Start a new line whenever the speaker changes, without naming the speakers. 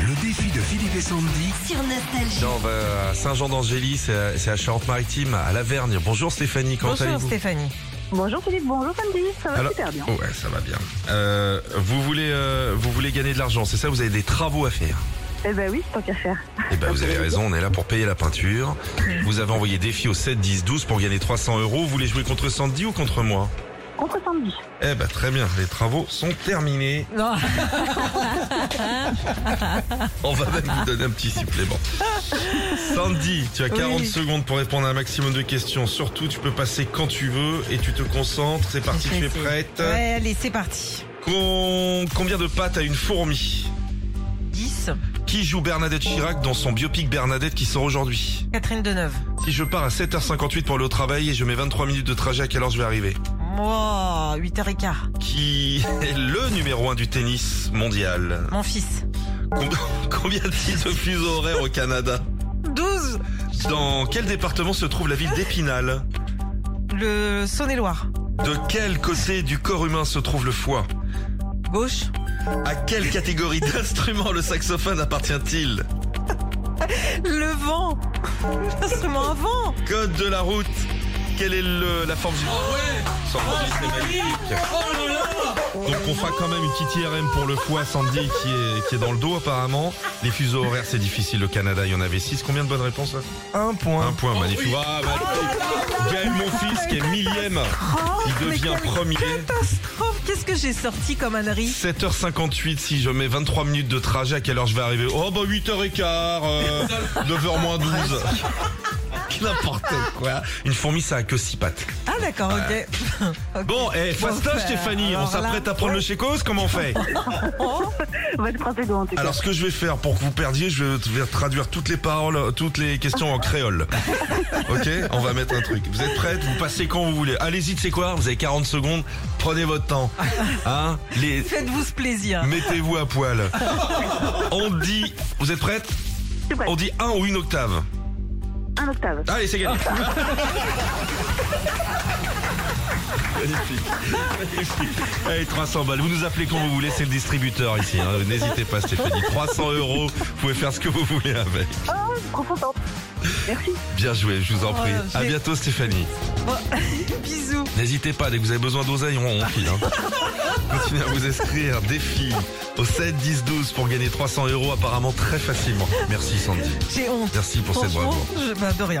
Le défi de Philippe et Sandy
sur Nostalgie.
Tiens, on va à Saint-Jean-d'Angély, c'est c'est à Charente-Maritime, à Lavergne. Bonjour Stéphanie, comment
Bonjour
allez-vous
Stéphanie.
Bonjour Philippe, bonjour Sandy, ça va
Alors-
super bien.
Ouais, ça va bien. Euh, vous, voulez, euh, vous voulez gagner de l'argent, c'est ça Vous avez des travaux à faire
Eh ben oui, tant qu'à faire.
Eh ben, vous avez raison, on est là pour payer la peinture. Vous avez envoyé défi au 7, 10, 12 pour gagner 300 euros. Vous voulez jouer contre Sandy ou contre moi
Contre Sandy.
Eh ben, très bien, les travaux sont terminés.
Non,
On va même vous donner un petit supplément. Sandy, tu as 40
Oui.
secondes pour répondre à un maximum de questions. Surtout, tu peux passer quand tu veux et tu te concentres. C'est parti,
Je vais
tu es
essayer.
prête
ouais, allez, c'est parti.
Con- Combien de pattes a une fourmi
10,
Qui joue Bernadette Chirac dans son biopic Bernadette qui sort aujourd'hui
Catherine Deneuve.
Si je pars à 7h58 pour aller au travail et je mets 23 minutes de trajet, à quelle heure je vais arriver
Moi, 8h15.
Qui est le numéro 1 du tennis mondial
Mon fils.
Com- Combien y de fuseaux horaires au Canada
12,
Dans quel département se trouve la ville d'Épinal
le Saône-et-Loire.
De quel côté du corps humain se trouve le foie
Gauche,
À quelle catégorie d'instruments le saxophone appartient-il
le vent. L'instrument à vent.
Code de la route. Quelle est le- la forme du... Son registre est Ah, magnifique. Oh Donc on fera quand même une petite IRM pour le foie Sandy qui est, qui est dans le dos apparemment. Les fuseaux horaires c'est difficile, le Canada il y en avait 6. Combien de bonnes réponses là
Un
Un
point.
point magnifique. Ah, magnifique. Gaël mon fils qui est millième,
Oh,
il
mais
devient
quelle
premier.
Catastrophe, qu'est-ce que j'ai sorti comme ânerie
7h58 si je mets 23 minutes de trajet à quelle heure je vais arriver Oh bah 8h15 euh, 9h moins 12 N'importe quoi Une fourmi ça a que 6 pattes
Ah d'accord, ok. Ok.
Bon, eh, fastoche
Bon, bah,
Stéphanie, on
alors
s'apprête
là-
à prendre le chécos, comment on fait
Oh,
On va te croiser devant en tout cas.
Alors ce que je vais faire pour que vous perdiez, je vais traduire toutes les paroles, toutes les questions en créole. ok On va mettre un truc. Vous êtes prêtes Vous passez quand vous voulez. Allez-y, tu sais quoi Vous avez 40 secondes, prenez votre temps. Hein les...
Faites-vous ce plaisir.
Mettez-vous à poil. On dit... Vous êtes prêtes
Je suis prête.
On dit un ou une octave.
Un octave.
Allez, c'est gagné. Magnifique. Magnifique. Allez, 300 balles. Vous nous appelez quand vous voulez, c'est le distributeur ici. hein. N'hésitez pas, Stéphanie. 300 euros, vous pouvez faire ce que vous voulez avec.
Oh, je suis trop contente. Merci.
Bien joué, je vous en
Oh,
prie. à
j'ai-
bientôt, Stéphanie.
Bon, bisous.
N'hésitez pas, dès que vous avez besoin d'oseille, on, on file. hein. Continuez à vous inscrire, défi, au 7, 10, 12 pour gagner 300 euros apparemment très facilement. Merci, Sandy.
J'ai honte.
Merci pour cette
Franchement,
bravoure.
je- bah, de rien.